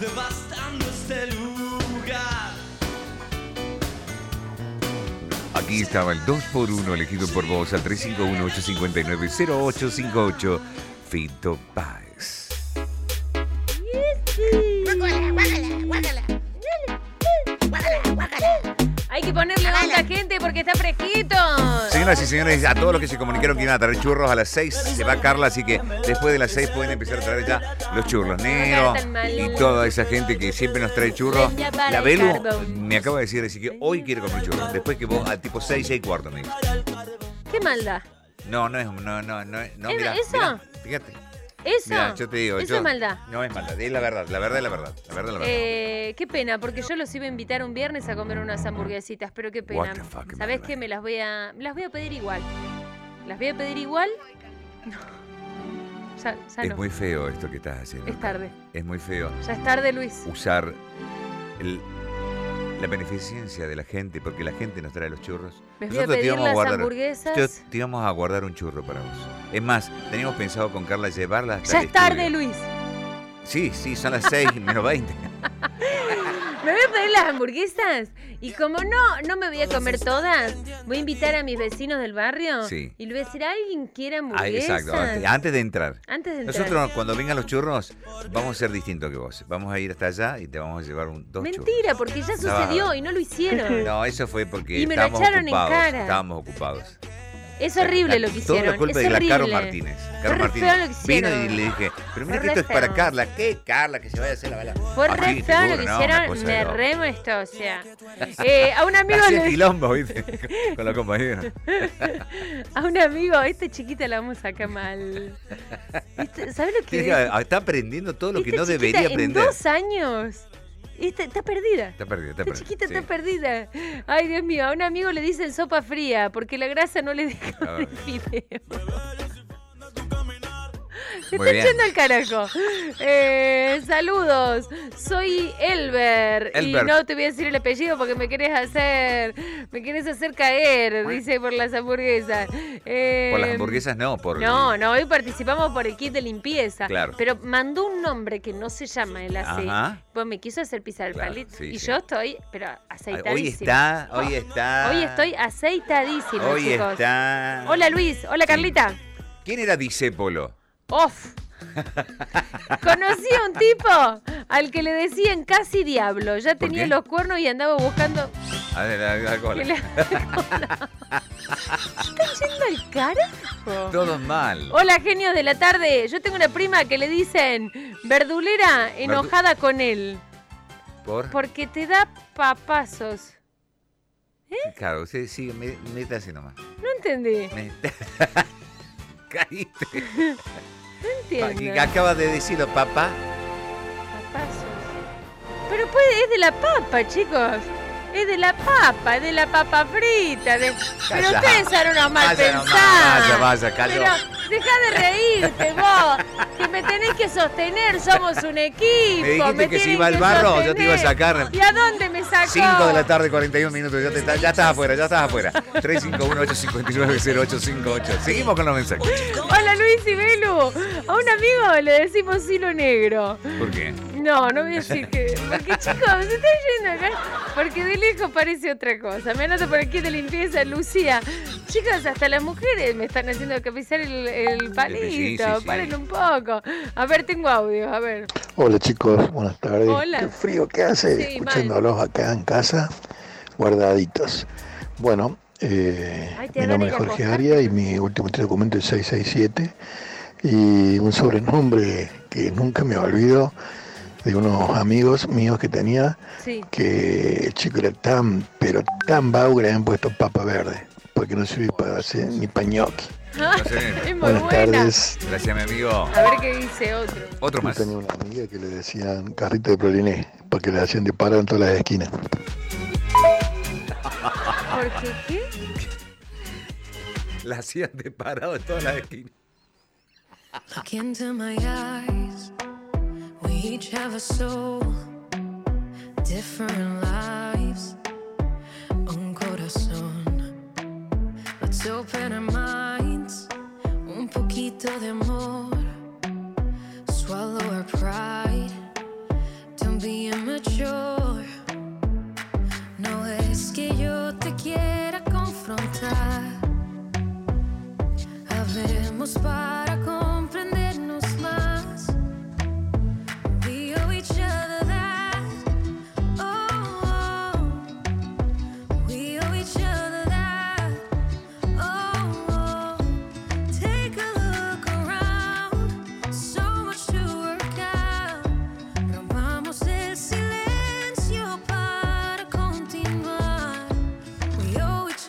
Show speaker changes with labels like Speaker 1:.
Speaker 1: devastando este lugar.
Speaker 2: Aquí estaba el 2x1 elegido por vos al 351-859-0858. Fito Páez.
Speaker 3: Guácala, guácala, guácala. Guácala, guácala.
Speaker 4: Hay que ponerle onda, gente, porque está fresquito.
Speaker 2: Señoras y señores, a todos los que se comunicaron que iban a traer churros a las 6, se va Carla, así que después de las 6 pueden empezar a traer ya los churros. Nero y toda esa gente que siempre nos trae churros. La Belu me acaba de decir, así que hoy quiere comer churros. Después que vos, a tipo 6, 6 y cuarto, me dijo.
Speaker 4: Qué maldad.
Speaker 2: No, no es, no, no, no, no,
Speaker 4: ¿Es
Speaker 2: mirá,
Speaker 4: eso?
Speaker 2: mirá, fíjate.
Speaker 4: Eso.
Speaker 2: Mira, yo te digo,
Speaker 4: Eso
Speaker 2: yo-
Speaker 4: es maldad.
Speaker 2: No es maldad, es la verdad, la verdad, la verdad, la verdad, la verdad.
Speaker 4: Eh, qué pena, porque yo los iba a invitar un viernes a comer unas hamburguesitas, pero qué pena.
Speaker 2: What the fuck,
Speaker 4: ¿Sabés
Speaker 2: man.
Speaker 4: qué? Me las voy a. me las voy a pedir igual. Las voy a pedir igual. No. Ya, ya
Speaker 2: es
Speaker 4: no.
Speaker 2: muy feo esto que estás haciendo.
Speaker 4: Es tarde.
Speaker 2: Es muy feo
Speaker 4: Ya es tarde, Luis.
Speaker 2: usar el- la beneficencia de la gente, porque la gente nos trae los churros.
Speaker 4: Me voy a pedir las hamburguesas.
Speaker 2: yo- te íbamos a guardar un churro para vos. Es más, teníamos pensado con Carla llevarla hasta
Speaker 4: Ya
Speaker 2: el
Speaker 4: es tarde,
Speaker 2: estudio.
Speaker 4: Luis.
Speaker 2: Sí, sí, son las 6 menos 20.
Speaker 4: Me voy a pedir las hamburguesas. Y como no, no me voy a comer todas, voy a invitar a mis vecinos del barrio.
Speaker 2: Sí.
Speaker 4: Y le voy a decir, ¿alguien quiere hamburguesas?
Speaker 2: Ahí, Ah, exacto, antes, antes ah, de entrar.
Speaker 4: Antes de entrar.
Speaker 2: Nosotros cuando vengan los churros vamos a ser distintos que vos. Vamos a ir hasta allá y te vamos a llevar un, dos churros.
Speaker 4: Mentira, porque ya
Speaker 2: Estaba-
Speaker 4: sucedió y no lo hicieron.
Speaker 2: No, eso fue porque
Speaker 4: Y me lo
Speaker 2: estábamos
Speaker 4: echaron en
Speaker 2: ocupados.
Speaker 4: cara.
Speaker 2: Estábamos ocupados.
Speaker 4: Es horrible
Speaker 2: La-
Speaker 4: lo que
Speaker 2: Todo
Speaker 4: hicieron.
Speaker 2: la culpa
Speaker 4: es
Speaker 2: de la
Speaker 4: horrible.
Speaker 2: Caro Martínez. Caro
Speaker 4: re
Speaker 2: Martínez
Speaker 4: feo lo que
Speaker 2: vino y
Speaker 4: hicieron.
Speaker 2: le dije, pero mira
Speaker 4: Fue
Speaker 2: que esto
Speaker 4: re
Speaker 2: es para
Speaker 4: feo.
Speaker 2: Carla. ¿Qué Carla? Que se vaya a hacer la bala.
Speaker 4: Fue
Speaker 2: Ah,
Speaker 4: re
Speaker 2: sí,
Speaker 4: feo lo
Speaker 2: seguro,
Speaker 4: que
Speaker 2: no, una cosa
Speaker 4: hicieron,
Speaker 2: de
Speaker 4: me
Speaker 2: loco.
Speaker 4: re molestó, o sea. Eh, a un amigo
Speaker 2: Hacía
Speaker 4: le-
Speaker 2: quilombo, ¿viste? Con la compañera.
Speaker 4: a un amigo, esta chiquita la vamos a sacar mal. ¿Viste? ¿Sabes lo que es?
Speaker 2: Está aprendiendo todo lo que
Speaker 4: Esta
Speaker 2: no
Speaker 4: chiquita
Speaker 2: debería
Speaker 4: En
Speaker 2: aprender.
Speaker 4: dos años. esta- está perdida.
Speaker 2: Está perdido, está
Speaker 4: Esta
Speaker 2: perdido.
Speaker 4: chiquita
Speaker 2: sí.
Speaker 4: está perdida. Ay, Dios mío, a un amigo le dicen sopa fría porque la grasa no le deja
Speaker 2: Ah.
Speaker 4: de fideo. Se
Speaker 2: Muy
Speaker 4: está
Speaker 2: bien.
Speaker 4: echando al carajo. Eh, saludos, soy Elber,
Speaker 2: Elber.
Speaker 4: y no te voy a decir el apellido porque me querés hacer, me querés hacer caer, dice por las hamburguesas. Eh,
Speaker 2: Por las hamburguesas no, por...
Speaker 4: No, no, hoy participamos por el kit de limpieza.
Speaker 2: Claro.
Speaker 4: Pero mandó un nombre que no se llama el así.
Speaker 2: Ajá.
Speaker 4: Pues me quiso hacer pisar el
Speaker 2: Claro,
Speaker 4: palito.
Speaker 2: sí,
Speaker 4: y
Speaker 2: sí.
Speaker 4: yo estoy, pero
Speaker 2: Ay,
Speaker 4: aceitadísima.
Speaker 2: Hoy está, hoy está.
Speaker 4: Hoy estoy aceitadísima,
Speaker 2: Hoy
Speaker 4: chicos.
Speaker 2: está.
Speaker 4: Hola Luis, hola Carlita.
Speaker 2: ¿Quién era Disépolo?
Speaker 4: Off. Conocí a un tipo al que le decían casi diablo. Ya
Speaker 2: ¿Por
Speaker 4: tenía
Speaker 2: qué?
Speaker 4: los cuernos y andaba buscando.
Speaker 2: A ver, a ver, a ver,
Speaker 4: que
Speaker 2: hola.
Speaker 4: le- ¿Están yendo al carajo?
Speaker 2: Todo mal.
Speaker 4: Hola, genios de la tarde. Yo tengo una prima que le dicen verdulera enojada con él
Speaker 2: Por...
Speaker 4: porque te da papazos.
Speaker 2: Claro, usted sigue, me- métase nomás.
Speaker 4: No entendí,
Speaker 2: Me- Caíste.
Speaker 4: no
Speaker 2: Y
Speaker 4: entiendo.
Speaker 2: acaba de decirlo, papá.
Speaker 4: Papazos. Pero puede, es de la papa, chicos. Es de la papa, es de la papa frita. de- Pero
Speaker 2: Calla.
Speaker 4: ustedes son unos mal
Speaker 2: Vaya nomás, Vaya,
Speaker 4: pensados.
Speaker 2: vaya, cayó.
Speaker 4: Pero deja de reírte vos, que me tenés que sostener, somos un equipo.
Speaker 2: Me dijiste que si
Speaker 4: tienen
Speaker 2: iba al barro, yo te iba a
Speaker 4: sostener.
Speaker 2: sacar.
Speaker 4: ¿Y a dónde me sacó?
Speaker 2: 5 de la tarde, 41 minutos. Ya, te está- ya estás afuera, ya estás afuera. 351-859-0858. Seguimos con los mensajes.
Speaker 4: Hola Luis y Belu. A un amigo le decimos hilo negro.
Speaker 2: ¿Por qué?
Speaker 4: No, no voy a decir que. Porque chicos, se está yendo acá. Porque de lejos parece otra cosa. Me anoto por aquí de limpieza, Lucía. Chicos, hasta las mujeres me están haciendo capizar el, el palito.
Speaker 2: sí, sí.
Speaker 4: Paren un poco. A ver, tengo audio, a ver.
Speaker 5: Hola chicos, buenas tardes.
Speaker 4: Hola.
Speaker 5: Qué frío que
Speaker 4: Sí,
Speaker 5: hace,
Speaker 4: mal.
Speaker 5: escuchándolos acá en casa, guardaditos. Bueno, eh,
Speaker 4: Ay, te
Speaker 5: mi
Speaker 4: da
Speaker 5: nombre es
Speaker 4: ganas de
Speaker 5: Jorge
Speaker 4: acostarte.
Speaker 5: Aria y mi último documento es 667 y un sobrenombre que nunca me olvido de unos amigos míos que tenía,
Speaker 4: Sí.
Speaker 5: que el chico era tan, pero tan vago que le habían puesto papa verde, porque no sirve para hacer ni pañoqui.
Speaker 2: No sé.
Speaker 4: Es muy
Speaker 5: Buenas
Speaker 4: buena.
Speaker 5: tardes.
Speaker 2: Gracias, mi amigo.
Speaker 4: A ver qué dice otro.
Speaker 2: Otro
Speaker 5: Yo
Speaker 2: más.
Speaker 5: tenía una amiga que le decían carrito de proliné, porque le hacían de paro en todas las esquinas.
Speaker 4: Jorge, ¿qué?
Speaker 2: La hacían de parado en todas las esquinas.
Speaker 6: Look into my eyes. We each have a soul, different lives. Un corazón. Let's open our minds. Un poquito de amor. Swallow our pride. Don't be goes by. oh, oh,